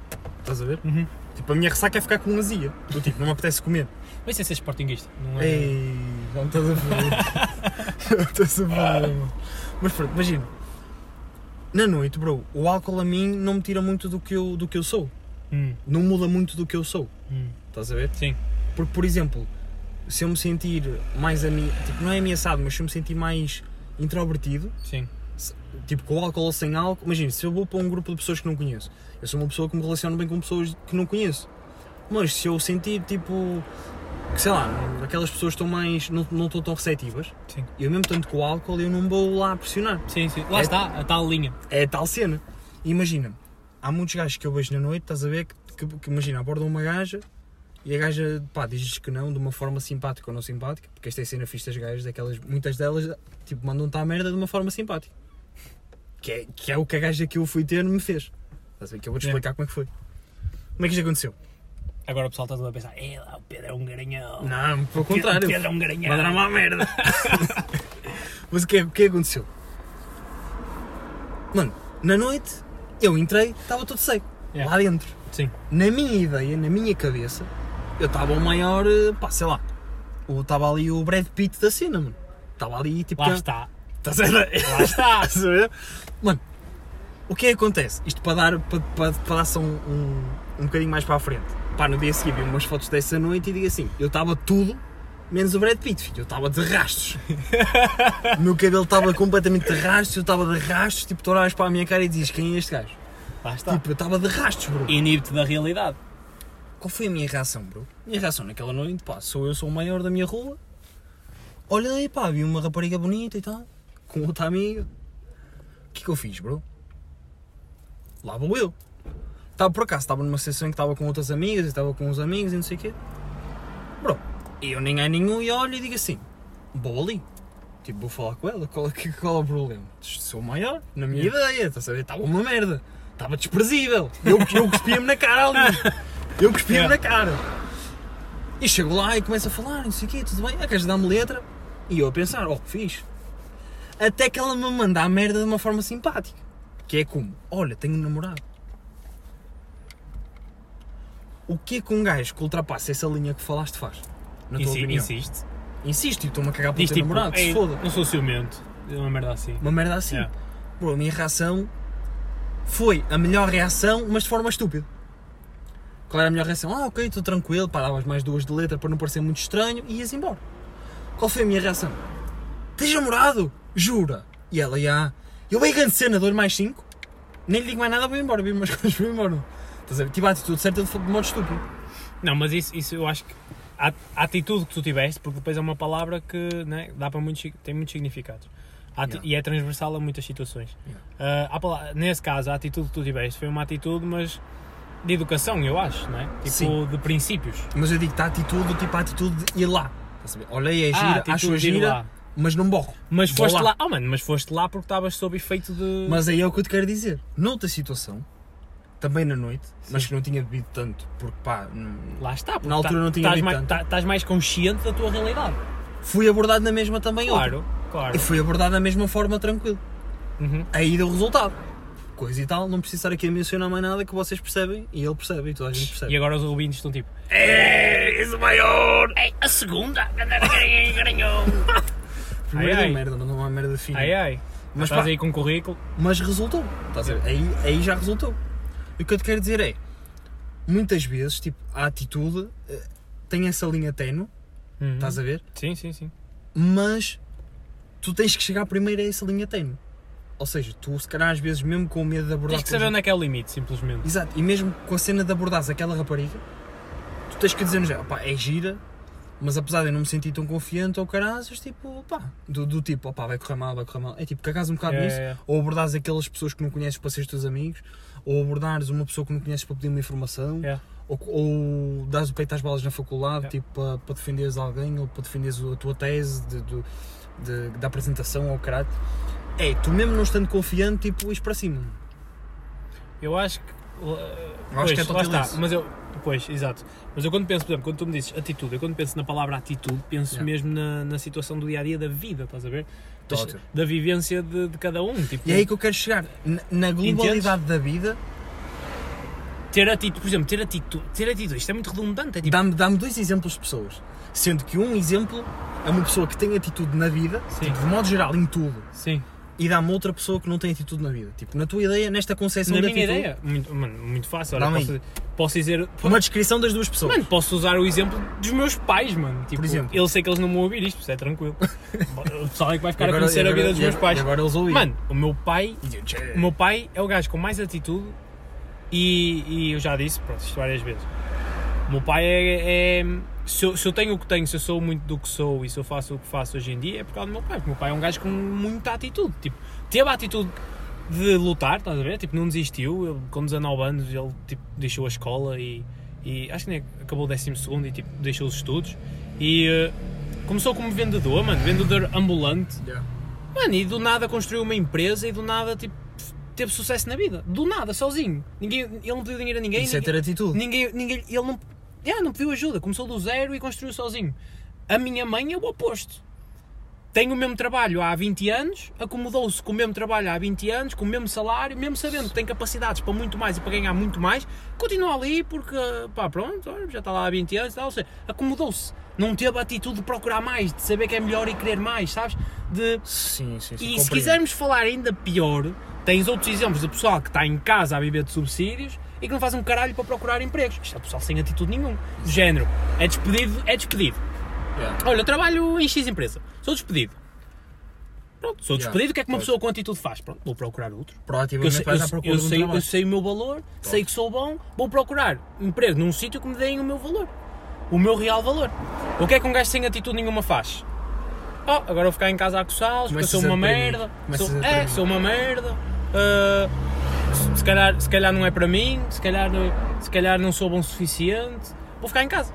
S2: Estás a ver?
S3: Uhum.
S2: Tipo, a minha ressaca é ficar com azia. Eu, tipo, não me apetece comer.
S3: Mas isso é ser sportinguista. Não é...
S2: Ei, não estás a ver. não estás a ver, mano. Mas pronto, imagina. Na noite, bro, o álcool a mim não me tira muito do que eu, do que eu sou.
S3: Hum,
S2: Não muda muito do que eu sou.
S3: hum.
S2: Estás a ver?
S3: Sim.
S2: Porque, por exemplo, se eu me sentir mais ameaçado, tipo, não é ameaçado, mas se eu me sentir mais introvertido,
S3: Sim.
S2: tipo, com álcool ou sem álcool, imagina, se eu vou para um grupo de pessoas que não conheço, eu sou uma pessoa que me relaciono bem com pessoas que não conheço. Mas se eu sentir, tipo, que sei lá, aquelas pessoas estão mais, não, não estão tão receptivas,
S3: Sim.
S2: eu mesmo tanto com o álcool, eu não vou lá pressionar.
S3: Sim, sim. Lá
S2: É-
S3: está, a tal linha.
S2: É a tal cena. Imagina, há muitos gajos que eu vejo na noite, estás a ver, que, que- que imagina, abordam uma gaja e a gaja, pá, diz-lhes que não, de uma forma simpática ou não simpática, porque esta é a cena fixe das gajas, daquelas, muitas delas, tipo, mandam-te à merda de uma forma simpática. Que é, que é o que a gaja que eu fui ter me fez. Estás a ver? Que eu vou-te
S3: É.
S2: explicar como é que foi. Como é que isto aconteceu?
S3: Agora o pessoal está todo a pensar, "Ei, lá, o Pedro é um garanhão.
S2: Não, pelo
S3: O
S2: contrário.
S3: Pedro é um garanhão.
S2: Mas era uma merda. Mas o que, é, o que é que aconteceu? Mano, na noite eu entrei, estava todo seco.
S3: Yeah.
S2: Lá dentro.
S3: Sim.
S2: Na minha ideia, na minha cabeça, eu estava o maior, eh, pá, sei lá. o- Estava ali o Brad Pitt da cena, mano. Estava ali tipo.
S3: Lá
S2: que-
S3: está.
S2: Estás a ver?
S3: Lá está.
S2: Estás a ver? Mano, o que é que acontece? Isto para dar, para, para, para dar só um, um, um bocadinho mais para a frente. Pá, no dia seguinte vi umas fotos dessa noite e digo assim: eu estava tudo menos o Brad Pitt, filho. Eu estava de rastos. o meu cabelo estava completamente de rastos, eu estava de rastos. Tipo, tu olhavas para a minha cara e dizes: quem é este gajo?
S3: Lá está.
S2: Tipo, eu estava de rastos, bro.
S3: Inibe-te da realidade.
S2: Qual foi a minha reação, bro? Minha reação naquela noite, pá, sou eu, sou o maior da minha rua. Olhei, pá, vi uma rapariga bonita e tal, com outra amiga. O que é que eu fiz, bro? Lá vou eu. Estava por acaso, estava numa sessão em que estava com outras amigas e estava com uns amigos e não sei o quê. Bro, eu nem ganho nenhum e olho e digo assim: vou ali. Tipo, vou falar com ela, qual, é que- qual é o problema? Sou o maior, na minha ideia, estás a ver? Estava uma merda, estava desprezível. Eu, eu cuspia-me na cara ali. Eu cuspia-me
S3: Yeah.
S2: na cara. E chego lá e começo a falar, não sei o quê, tudo bem, a gaja dá-me letra. E eu a pensar, oh, fiz. Até que ela me manda a merda de uma forma simpática. Que é como, olha, tenho um namorado. O que é que um gajo que ultrapassa essa linha que falaste faz? Na tua
S3: Insi-
S2: opinião?
S3: Insiste.
S2: Insisto, e estou-me a cagar para o
S3: Diz
S2: teu
S3: tipo,
S2: namorado, se
S3: "Ei,
S2: foda.
S3: não sou ciumento. É uma merda assim.
S2: Uma merda assim.
S3: Yeah.
S2: Bro, a minha reação foi a melhor reação, mas de forma estúpida. Qual era a melhor reação? Ah, ok, estou tranquilo, pá, davas mais duas de letra para não parecer muito estranho e ias embora. Qual foi a minha reação? Tens namorado? Jura? E ela, já. Eu bem grande cena, dou-lhe mais cinco. Nem lhe digo mais nada, vou embora, vi umas coisas, vou embora. Estás a ver? Tive a atitude certa de de modo estúpido.
S3: Não, mas isso, isso eu acho que a, a atitude que tu tiveste, porque depois é uma palavra que né, dá para muitos, sig- tem muitos significados A ati-
S2: Yeah.
S3: e é transversal a muitas situações. Ah, a pala- nesse caso, a atitude que tu tiveste foi uma atitude, mas de educação, eu acho, não é? Tipo,
S2: Sim.
S3: de princípios.
S2: Mas eu digo, está a atitude, tipo a atitude de ir lá. Estás a ver? Olhei, é
S3: Ah,
S2: gira,
S3: atitude
S2: acho a
S3: de ir
S2: gira,
S3: lá.
S2: mas não borro.
S3: Mas
S2: Vou
S3: foste lá. ah mano, mas foste lá porque estavas sob efeito de.
S2: Mas aí é o que eu te quero dizer. Noutra situação, também na noite, mas que não tinha bebido tanto, porque pá, hum,
S3: Lá está, porque
S2: Na altura
S3: tá-
S2: não tinha
S3: estás
S2: bebido
S3: mais,
S2: tanto.
S3: tá- estás mais consciente da tua realidade.
S2: fui abordado na mesma também outra.
S3: Claro, claro.
S2: E fui abordado da mesma forma, tranquilo.
S3: Uhum.
S2: Aí deu resultado. Coisa e tal, não preciso estar aqui a mencionar mais nada que vocês percebem, e ele percebe, e toda a gente
S3: E
S2: percebe.
S3: agora os ouvintes estão tipo.
S2: É, isso é maior!
S3: A segunda! Ai
S2: Primeiro
S3: Ai,
S2: deu
S3: ai.
S2: merda, mas não é uma merda fina.
S3: ai.
S2: Mas
S3: Mas
S2: pá.
S3: estás aí com um currículo.
S2: mas resultou. Estás a ver? Aí, aí já resultou. E o que eu te quero dizer é, muitas vezes, tipo, a atitude eh, tem essa linha ténue,
S3: Uhum.
S2: estás a ver?
S3: Sim, sim, sim.
S2: mas tu tens que chegar primeiro a essa linha ténue. Ou seja, tu se calhar às vezes mesmo com o medo de abordar...
S3: Tens que saber onde é que é o limite, simplesmente.
S2: Exato, e mesmo com a cena de abordares aquela rapariga, tu tens que dizer-nos, opá, é gira, mas apesar de eu não me sentir tão confiante ou caraças, tipo, opá, do, do tipo, opá, vai correr mal, vai correr mal, é tipo, cagas um bocado
S3: É,
S2: nisso,
S3: é, é.
S2: ou abordares aquelas pessoas que não conheces para seres teus amigos, ou abordares uma pessoa que não conheces para pedir uma informação,
S3: É.
S2: ou, ou dás o peito às balas na faculdade,
S3: É.
S2: tipo, para, para defenderes alguém ou para defenderes a tua tese de, do- de- da apresentação ao caralho. É, tu mesmo não estando confiante, tipo, isto para cima.
S3: Eu acho que. uh,
S2: Eu acho que é
S3: lá está.
S2: totalice.
S3: Mas eu. Pois, exato. Mas eu quando penso, por exemplo, quando tu me dizes atitude, eu quando penso na palavra atitude, penso
S2: Yeah.
S3: mesmo na, na situação do dia a dia da vida, estás a ver? Das-
S2: Tótil.
S3: da vivência de, de cada um. Tipo,
S2: E é aí que eu quero chegar. Na, na globalidade da vida,
S3: ter atitude, por exemplo, ter atitude, ter atitude, isto é muito redundante. É tipo,
S2: dá-me dá-me dois exemplos de pessoas. Sendo que um exemplo é uma pessoa que tem atitude na vida,
S3: Sim.
S2: tipo, de modo geral, em tudo.
S3: sim.
S2: E dá-me outra pessoa que não tem atitude na vida. Tipo, na tua ideia, nesta concepção
S3: Na
S2: da
S3: minha
S2: atitude,
S3: ideia, muito, mano, muito fácil. Olha,
S2: Dá-me aí.
S3: posso, posso dizer.
S2: uma descrição das duas pessoas.
S3: Mano, posso usar o exemplo dos meus pais, mano. Tipo,
S2: Por exemplo?
S3: Eu sei que eles não vão ouvir isto, isso é tranquilo. O pessoal é que vai ficar
S2: E agora-
S3: a conhecer
S2: e agora-
S3: a vida dos
S2: e
S3: meus
S2: agora-
S3: pais.
S2: e agora eles ouviram.
S3: Mano, o meu pai. O meu pai é o gajo com mais atitude e, e eu já disse, pronto, isto várias vezes. O meu pai é. é- se, eu, se eu tenho o que tenho, se eu sou muito do que sou e se eu faço o que faço hoje em dia, é por causa do meu pai. Porque o meu pai é um gajo com muita atitude. Tipo, teve a atitude de lutar, estás a ver? Tipo, não desistiu. Ele, com 19 anos ele tipo, deixou a escola e, e acho que nem acabou o 12 e tipo, deixou os estudos. E eh, começou como vendedor, mano, vendedor ambulante.
S2: Yeah.
S3: Mano, e do nada construiu uma empresa e do nada tipo, teve sucesso na vida. Do nada, sozinho. Ninguém, ele não pediu dinheiro a ninguém.
S2: Isso é
S3: ninguém-
S2: ter atitude.
S3: Ninguém, ninguém, ele não, yeah, não pediu ajuda, começou do zero e construiu sozinho. A minha mãe é o oposto. Tem o mesmo trabalho há 20 anos, acomodou-se com o mesmo trabalho há 20 anos, com o mesmo salário, mesmo sabendo que tem capacidades para muito mais e para ganhar muito mais, continua ali porque, pá, pronto, olha, já está lá há 20 anos e tal, ou seja, acomodou-se. Não teve a atitude de procurar mais, de saber que é melhor e querer mais, sabes? De
S2: Sim, sim, sim.
S3: e se
S2: compreendo.
S3: quisermos falar ainda pior, tens outros exemplos de pessoal que está em casa a viver de subsídios e que não faz um caralho para procurar empregos. Isto é pessoal sem atitude nenhuma. Do género, é despedido, é despedido.
S2: Yeah.
S3: Olha, eu trabalho em X empresa, sou despedido. Pronto, sou
S2: Yeah,
S3: despedido, o que é que uma
S2: pois.
S3: pessoa com atitude faz? Pronto, vou procurar outro. Eu
S2: Proativamente
S3: sei,
S2: vais
S3: eu
S2: à
S3: sei-
S2: procura
S3: eu
S2: de um
S3: sei-
S2: trabalho.
S3: eu sei o meu valor, sei que sou bom, vou procurar emprego num sítio que me deem o meu valor. O meu real valor. O que é que um gajo sem atitude nenhuma faz? Oh, agora vou ficar em casa a coçá-los, porque eu sou
S2: Começas a
S3: uma
S2: deprimir.
S3: merda.
S2: Começas
S3: Sou,
S2: a
S3: é,
S2: deprimir.
S3: sou uma merda. ah, se- se, calhar, se calhar não é para mim, se calhar, não- se calhar não sou bom o suficiente. Vou ficar em casa.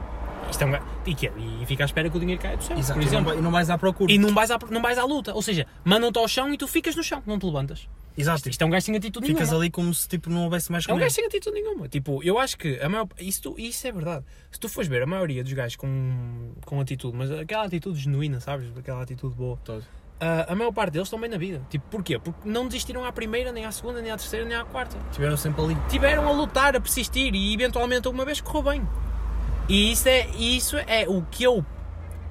S3: Isto é um gajo- e, quê? e fica à espera que o dinheiro caia do céu,
S2: Exato,
S3: por
S2: e não
S3: exemplo.
S2: vai- e não vais à procura.
S3: E não vais, à, não vais à luta. Ou seja, mandam-te ao chão e tu ficas no chão, não te levantas.
S2: Exato, tipo,
S3: Isto é um gajo sem atitude nenhuma.
S2: ficas ali como se tipo, não houvesse mais
S3: É um
S2: remédio.
S3: gajo sem atitude nenhuma. Tipo, eu acho que a maior. Isto, isso é verdade. Se tu fores ver, a maioria dos gajos com, com atitude, mas aquela atitude genuína, sabes? Aquela atitude boa. ah,
S2: Todo.
S3: A, a maior parte deles estão bem na vida. Tipo, porquê? Porque não desistiram à primeira, nem à segunda, nem à terceira, nem à quarta.
S2: Tiveram sempre ali.
S3: Tiveram a lutar, a persistir e eventualmente alguma vez correu bem. E isso é, isso é o que eu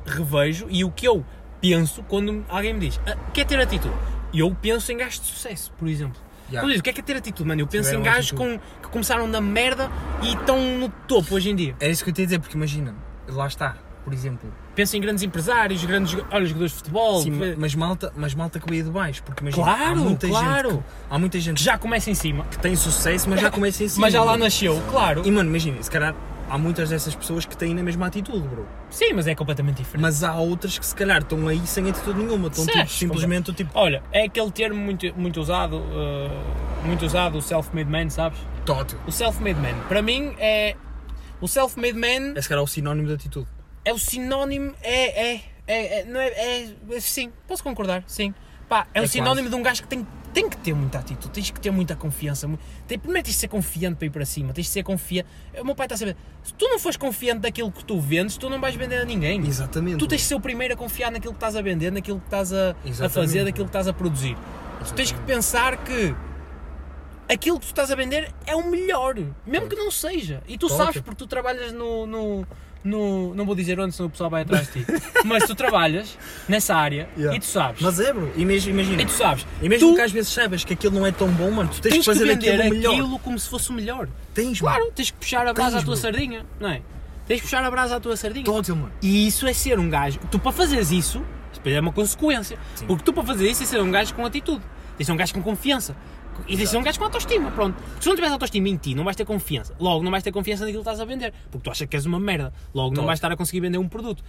S3: revejo e o que eu penso quando alguém me diz "Ah, quer ter atitude. Eu penso em gajos de sucesso, por exemplo.
S2: Yeah.
S3: Quando eu digo, o que é que é ter atitude, mano? Eu penso
S2: Tiveram
S3: em gajos com, que começaram na merda e estão no topo hoje em dia.
S2: Era isso que eu te ia dizer, porque imagina, lá está, por exemplo.
S3: Penso em grandes empresários, grandes jo- olha, jogadores de futebol,
S2: Sim,
S3: que,
S2: mas malta, mas malta que veio de baixo, porque imagina, há
S3: Claro,
S2: muita gente.
S3: claro.
S2: que- Há muita gente
S3: que já começa em cima,
S2: que tem sucesso, mas já começa em cima.
S3: mas já lá
S2: bro.
S3: nasceu, claro.
S2: E mano, imagina, se calhar há muitas dessas pessoas que têm a mesma atitude, bro.
S3: Sim, mas é completamente diferente.
S2: Mas há outras que se calhar estão aí sem atitude nenhuma, estão tipo,
S3: Certo.
S2: simplesmente tipo
S3: Olha, é aquele termo muito, muito usado, eh, muito usado, o self-made man, sabes?
S2: tótil.
S3: O self-made man, para mim, é. O self-made man
S2: É se calhar o sinónimo de atitude.
S3: é o sinónimo. É. É. é, é não é, é- é- Sim, posso concordar, sim. Pá, é,
S2: É
S3: o sinónimo de um gajo que tem, tem que ter muita atitude, tens que ter muita confiança. mu- Tem, primeiro tens de ser confiante para ir para cima, tens de ser confiante. O meu pai está a saber, se tu não fores confiante daquilo que tu vendes, tu não vais vender a ninguém.
S2: Exatamente.
S3: Tu tens de ser o primeiro a confiar naquilo que estás a vender, naquilo que estás a, a
S2: Exatamente.
S3: fazer, naquilo que estás a produzir. Tu tens que pensar que aquilo que tu estás a vender é o melhor, mesmo que não seja. E tu
S2: Claro.
S3: sabes porque tu trabalhas no. no- no- não vou dizer onde, senão o pessoal vai atrás de ti. Mas tu trabalhas nessa área
S2: Yeah.
S3: e tu sabes.
S2: Mas é, bro, e mesmo, imagina.
S3: E tu sabes.
S2: E mesmo
S3: tu
S2: que às vezes saibas que aquilo não é tão bom, mano, tu tens,
S3: tens
S2: que fazer
S3: que vender
S2: aquilo melhor.
S3: aquilo como se fosse o melhor.
S2: Tens,
S3: Claro,
S2: mano.
S3: tens que puxar a brasa
S2: Tens,
S3: à tua
S2: bro.
S3: sardinha, não é? Tens que puxar a brasa à tua sardinha.
S2: Tótil, mano.
S3: E isso é ser um gajo. Tu para fazeres isso, isso depois é uma consequência. Porque tu para fazer isso é ser um gajo com atitude. Tens de ser um gajo com confiança. E tens de ser um gajo com autoestima, pronto. Porque se não tiveres autoestima em ti, não vais ter confiança. Logo, não vais ter confiança naquilo que estás a vender. Porque tu achas que és uma merda. Logo, não
S2: Claro.
S3: vais estar a conseguir vender um produto.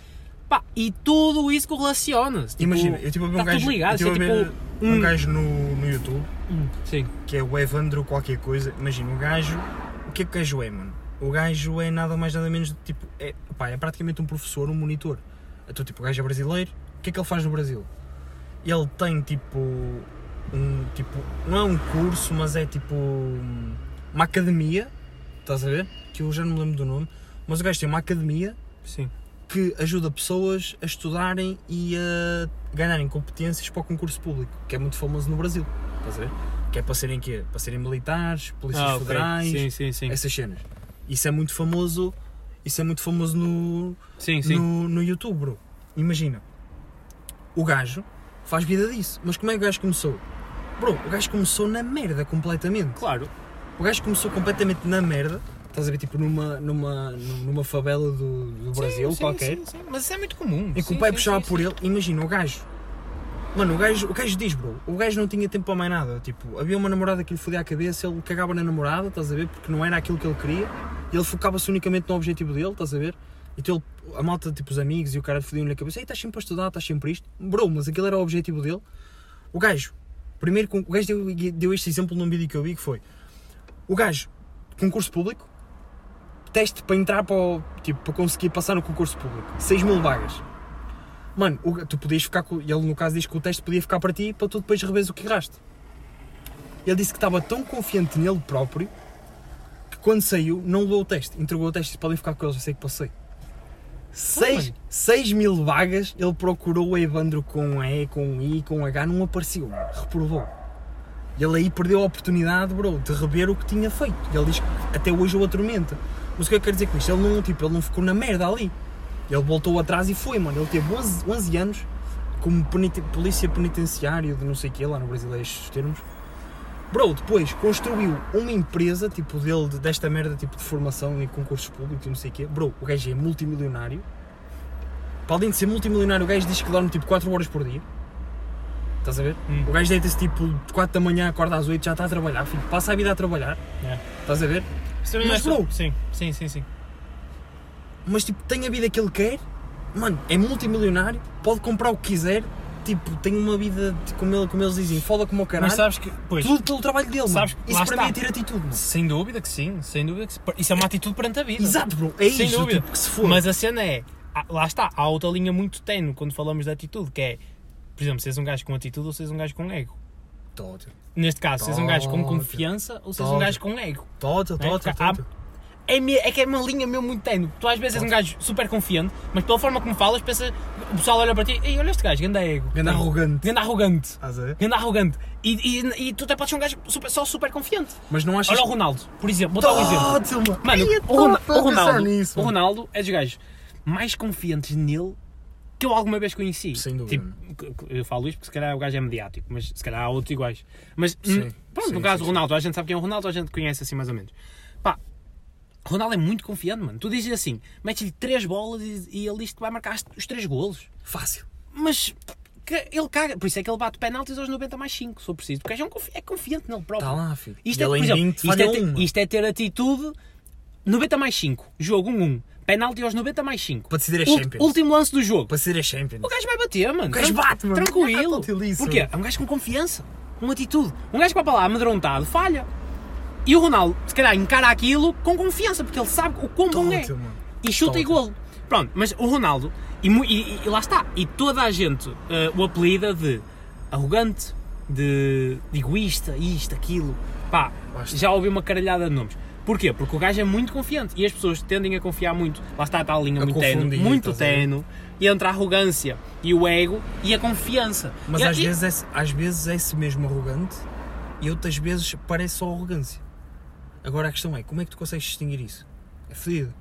S3: Pá, e tudo isso correlaciona-se. Tipo,
S2: Imagina, eu estive a ver um
S3: está
S2: gajo.
S3: tudo ligado.
S2: eu
S3: Isso é
S2: estive a ver
S3: tipo...
S2: um
S3: um-
S2: gajo no, no YouTube
S3: Hum, Sim.
S2: que é o Evandro qualquer coisa. Imagina, o gajo. O que é que o gajo é, mano? O gajo é nada mais nada menos do que, tipo. É, pá, é praticamente um professor, um monitor. Então, tipo, o gajo é brasileiro. O que é que ele faz no Brasil? Ele tem tipo. Um, tipo não é um curso, mas é tipo. um- Uma academia. Estás a ver? Que eu já não me lembro do nome. Mas o gajo tem uma academia
S3: Sim.
S2: que ajuda pessoas a estudarem e a ganharem competências para o concurso público, que é muito famoso no Brasil. Estás a ver? Que é para serem quê? Para serem militares, polícias
S3: Ah, ok.
S2: federais,
S3: Sim, sim, sim.
S2: essas cenas. Isso é muito famoso, isso é muito famoso no,
S3: Sim, sim.
S2: no, no YouTube, bro. Imagina, o gajo faz vida disso, mas como é que o gajo começou? Bro, o gajo começou na merda completamente.
S3: Claro.
S2: O gajo começou completamente na merda, estás a ver, tipo numa, numa, numa favela do, do Brasil
S3: Sim, sim,
S2: qualquer.
S3: sim, sim. Mas isso é muito comum.
S2: E que
S3: Sim,
S2: o pai
S3: sim,
S2: puxava
S3: sim,
S2: por
S3: sim.
S2: ele, imagina, o gajo. Mano, o gajo, o gajo diz, bro, o gajo não tinha tempo para mais nada. Tipo, havia uma namorada que lhe fodia a cabeça, ele cagava na namorada, estás a ver? Porque não era aquilo que ele queria. E ele focava-se unicamente no objetivo dele, estás a ver? Então ele, a malta, tipo, os amigos e o cara fodiam-lhe a cabeça, ei, estás sempre a estudar, estás sempre isto. Bro, mas aquilo era o objetivo dele. O gajo, primeiro, con- o gajo deu, deu este exemplo num vídeo que eu vi que foi: o gajo, concurso público, teste para entrar para, o- tipo, para conseguir passar no concurso público, 6 mil vagas. Mano, o ga- tu podias ficar com. Ele no caso diz que o teste podia ficar para ti para tu depois reveres o que erraste. Ele disse que estava tão confiante nele próprio que quando saiu não levou o teste, entregou o teste e podem ficar com eles, eu sei que passei. 6, mil vagas ele procurou o Evandro com E, com I, com H, não apareceu, reprovou. Ele aí perdeu a oportunidade, bro, de rever o que tinha feito. Ele diz que até hoje o atormenta. Mas o que eu quero dizer com isto? Ele não, tipo, ele não ficou na merda ali. Ele voltou atrás e foi, mano. Ele teve 11, 11 anos como peniten- polícia penitenciária de não sei o que, lá no Brasil é estes termos. Bro, depois construiu uma empresa, tipo, dele, de- desta merda, tipo, de formação e concursos públicos e não sei o quê. Bro, o gajo é multimilionário. Para além de ser multimilionário, o gajo diz que dorme, tipo, 4 horas por dia. Estás a ver?
S3: Hum.
S2: O gajo deita-se, tipo, 4 da manhã, acorda às 8, já está a trabalhar, filho. Passa a vida a trabalhar.
S3: Yeah.
S2: Estás a ver?
S3: É. Isso também
S2: Mas,
S3: não é só-
S2: bro.
S3: Sim, sim, sim, sim.
S2: mas tipo, tem a vida que ele quer, mano, é multimilionário, pode comprar o que quiser, tipo, tem uma vida, de- como, ele- como eles dizem, foda como o caralho,
S3: Mas sabes que. Pois,
S2: tudo pelo trabalho dele,
S3: Sabes
S2: mano.
S3: que-
S2: Isso
S3: lá
S2: para
S3: está.
S2: mim é ter atitude, mano.
S3: sem dúvida que sim, sem dúvida que sim. Isso é uma atitude perante a vida.
S2: Exato, bro, é
S3: Sem
S2: isso,
S3: dúvida.
S2: tipo, que se for.
S3: Mas a cena é, há- lá está, há outra linha muito tenue quando falamos de atitude, que é, por exemplo, seres um gajo com atitude ou seres um gajo com ego.
S2: Tótil,
S3: Neste caso, seres um gajo com
S2: Tóquio.
S3: confiança ou seres um
S2: Tóquio.
S3: gajo com ego.
S2: tótil,
S3: Não é?
S2: tótil,
S3: Porque há-
S2: tótil.
S3: É, me- é que é uma linha mesmo muito tenue. Tu às vezes és um gajo super confiante, mas pela forma como falas, pensa, o pessoal olha para ti e olha este gajo, ganda ego.
S2: Ganda arrogante. Ah.
S3: Ganda arrogante.
S2: Estás a ver?
S3: Ganda arrogante. E, e- e tu até podes ser um gajo super- só super confiante.
S2: Mas não achas...
S3: Olha o Ronaldo, por exemplo. Vou dar um exemplo.
S2: Tótil, mano.
S3: Mano,
S2: Ai, eu
S3: o,
S2: tô
S3: Rona-
S2: a
S3: o Ronaldo,
S2: pensar nisso,
S3: o
S2: mano.
S3: Ronaldo é dos gajos mais confiantes nele que eu alguma vez conheci.
S2: Sem dúvida.
S3: Tipo, c- c- eu falo isto porque se calhar o gajo é mediático, mas se calhar há outros iguais. Mas
S2: Sim,
S3: hum, pronto,
S2: sim,
S3: no
S2: sim,
S3: caso do
S2: sim.
S3: Ronaldo, a gente sabe quem é o Ronaldo, a gente conhece assim mais ou menos. Pá, Ronaldo é muito confiante, mano. Tu dizes assim, metes-lhe três bolas e, e ele diz que vai marcar as- os três golos.
S2: Fácil.
S3: Mas que- ele caga, por isso é que ele bate penaltis aos 90 mais 5, se for preciso, porque o gajo é, um confi- é confiante nele próprio.
S2: Está Tá lá, filho.
S3: Isto
S2: E
S3: é,
S2: ele
S3: por
S2: em
S3: exemplo,
S2: 20
S3: isto, é
S2: falhou
S3: ter,
S2: um, mano.
S3: isto é ter atitude 90 mais 5, jogo 1-1, penalti aos 90 mais 5.
S2: Para decidir a
S3: Ult-
S2: Champions.
S3: Último lance do jogo.
S2: Para ser a Champions.
S3: O gajo é vai bater, mano. O
S2: gajo bate, mano.
S3: Tranquilo.
S2: Ah, tô tiliço.
S3: Porquê? É um gajo com confiança, com atitude. Um gajo que vai para lá amedrontado, falha. E o Ronaldo, se calhar, encara aquilo com confiança, porque ele sabe o quão bom é.
S2: Tótil, mano.
S3: E chuta e
S2: Tótil.
S3: golo. Pronto, mas o Ronaldo, e, mu- e- e lá está, e toda a gente eh, o apelida de arrogante, de, de egoísta, isto, aquilo. Pá,
S2: Basta.
S3: já ouvi uma caralhada de nomes. Porquê? Porque o gajo é muito confiante e as pessoas tendem a confiar muito. Lá está a tal linha
S2: A
S3: muito tenue,
S2: confundir,
S3: muito
S2: estás a ver?
S3: terreno e entre a arrogância e o ego e a confiança.
S2: Mas
S3: E-
S2: às,
S3: e-
S2: vezes é, se- às vezes é-se mesmo arrogante e outras vezes parece só arrogância. Agora a questão é, como é que tu consegues distinguir isso? É fodido.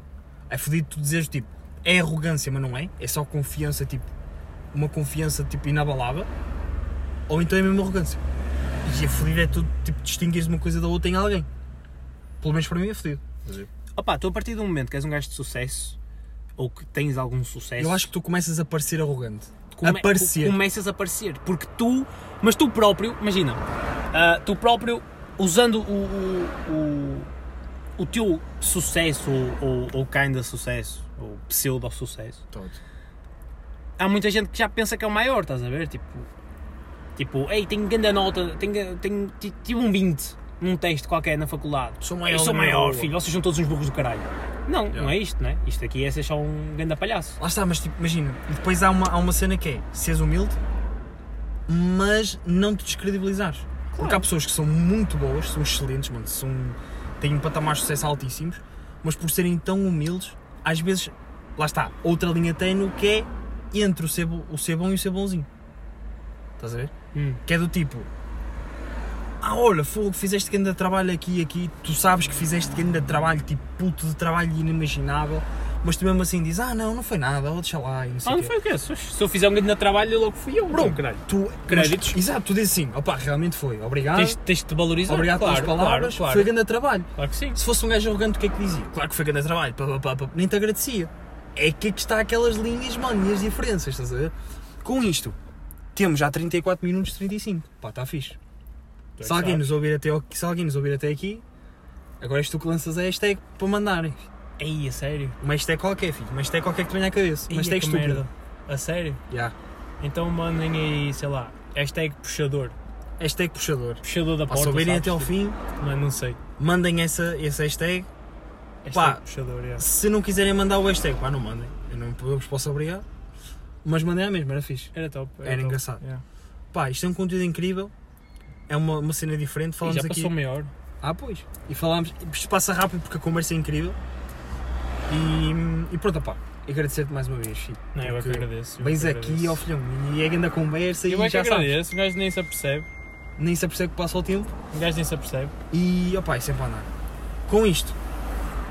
S2: É fodido tu dizeres, tipo, é arrogância, mas não é. É só confiança, tipo, uma confiança, tipo, inabalável. Ou então é mesmo arrogância. E é fodido é tu, tipo, distinguires uma coisa da outra em alguém. Pelo menos para mim é fodido.
S3: Opa, tu a partir do momento que és um gajo de sucesso ou que tens algum sucesso,
S2: Eu acho que tu começas a parecer arrogante.
S3: come-
S2: aparecer.
S3: tu começas a aparecer. Porque tu, mas tu próprio, imagina, ah, tu próprio usando o, o, o- o teu sucesso ou, ou, ou kinda sucesso ou pseudo sucesso
S2: Todo.
S3: há muita gente que já pensa que é o maior, estás a ver? Tipo, tipo ei, tenho grande nota, tenho, tenho, ti- tive um 20 num teste qualquer na faculdade.
S2: Sou maior
S3: Eu
S2: do
S3: sou
S2: meu
S3: maior,
S2: rolo.
S3: filho, vocês são todos uns burros do caralho. Não, não é isto, né? Isto aqui é ser só um grande palhaço.
S2: Lá está, mas tipo, imagina, e depois há uma, há uma cena que é seres humilde, mas não te descredibilizares. Porque há pessoas que são muito boas, são excelentes, mano, são, têm um patamar de sucesso altíssimos, mas por serem tão humildes, às vezes, lá está, outra linha tenue que é entre o ser, bo- o ser bom e o ser bonzinho. Estás a ver?
S3: Hum.
S2: Que é do tipo, ah, olha, fogo, fizeste grande trabalho aqui e aqui, tu sabes que fizeste grande trabalho, tipo, puto de trabalho inimaginável, mas tu mesmo assim dizes, ah, não, não foi nada, ou deixa lá, e não sei
S3: Ah,
S2: o
S3: não
S2: quê.
S3: foi o quê? Se eu- se eu fizer um grande trabalho, eu logo fui eu.
S2: Bro,
S3: Então, caralho.
S2: tu,
S3: Créditos.
S2: mas- exato, tu dizes assim, opá, realmente foi, obrigado,
S3: Tens, tens de te valorizar.
S2: Ah. obrigado
S3: claro,
S2: pelas palavras,
S3: Claro,
S2: foi
S3: claro.
S2: grande trabalho.
S3: Claro que sim.
S2: Se fosse um gajo arrogante, o que é que dizia? Claro que foi grande trabalho, pá, pá, pá, pá, nem te agradecia. É que aqui está aquelas linhas, mano, e as diferenças, estás a ver? Com isto, temos já 34 minutos e 35, pá, está fixe. Se alguém, nos ouvir até, ao- se alguém nos ouvir até aqui, agora és tu que lanças a hashtag para mandarem.
S3: Ei, a sério?
S2: Uma hashtag qualquer, filho. Uma hashtag qualquer que te venha à cabeça. Uma
S3: Ei,
S2: hashtag
S3: que
S2: estúpida.
S3: merda. A sério?
S2: Já.
S3: Então mandem aí, sei lá, hashtag puxador.
S2: Hashtag puxador.
S3: Puxador da
S2: Pá,
S3: porta.
S2: se ouvirem
S3: sabes?
S2: até ao fim,
S3: Mas não sei.
S2: mandem essa, esse hashtag.
S3: Hashtag
S2: Pá.
S3: puxador, é.
S2: Se não quiserem mandar o hashtag, pá, não mandem. Eu não vos posso obrigar. Mas mandem à mesma, era fixe.
S3: Era top.
S2: Era
S3: top.
S2: engraçado.
S3: Yeah.
S2: Pá, isto é um conteúdo incrível. é uma, uma cena diferente.
S3: E
S2: Falamos
S3: já passou
S2: aqui.
S3: meia hora.
S2: Ah, pois. E falámos. Isto passa rápido porque a conversa é incrível. E, e pronto, opá. Agradecer-te mais uma vez, Chico.
S3: Não, eu é que
S2: porque
S3: agradeço. eu é
S2: Vens
S3: que
S2: aqui
S3: agradeço.
S2: ao filhão e é grande a conversa
S3: Eu
S2: e
S3: é que
S2: já sabes.
S3: agradeço, o gajo nem se apercebe.
S2: Nem se apercebe que passa o tempo.
S3: O gajo nem se apercebe.
S2: E opá, é sempre a andar. Com isto,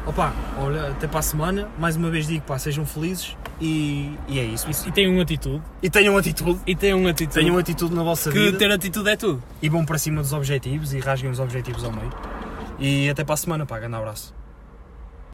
S2: opá, olha, até para a semana. Mais uma vez digo, pá, sejam felizes e, e é isso.
S3: E, e tem uma atitude.
S2: E tenham atitude.
S3: E tem uma atitude.
S2: Tenham atitude na vossa
S3: que
S2: vida
S3: ter atitude é tudo.
S2: e vão para cima dos objetivos e rasguem os objetivos ao meio. E até para a semana, pá, grande abraço.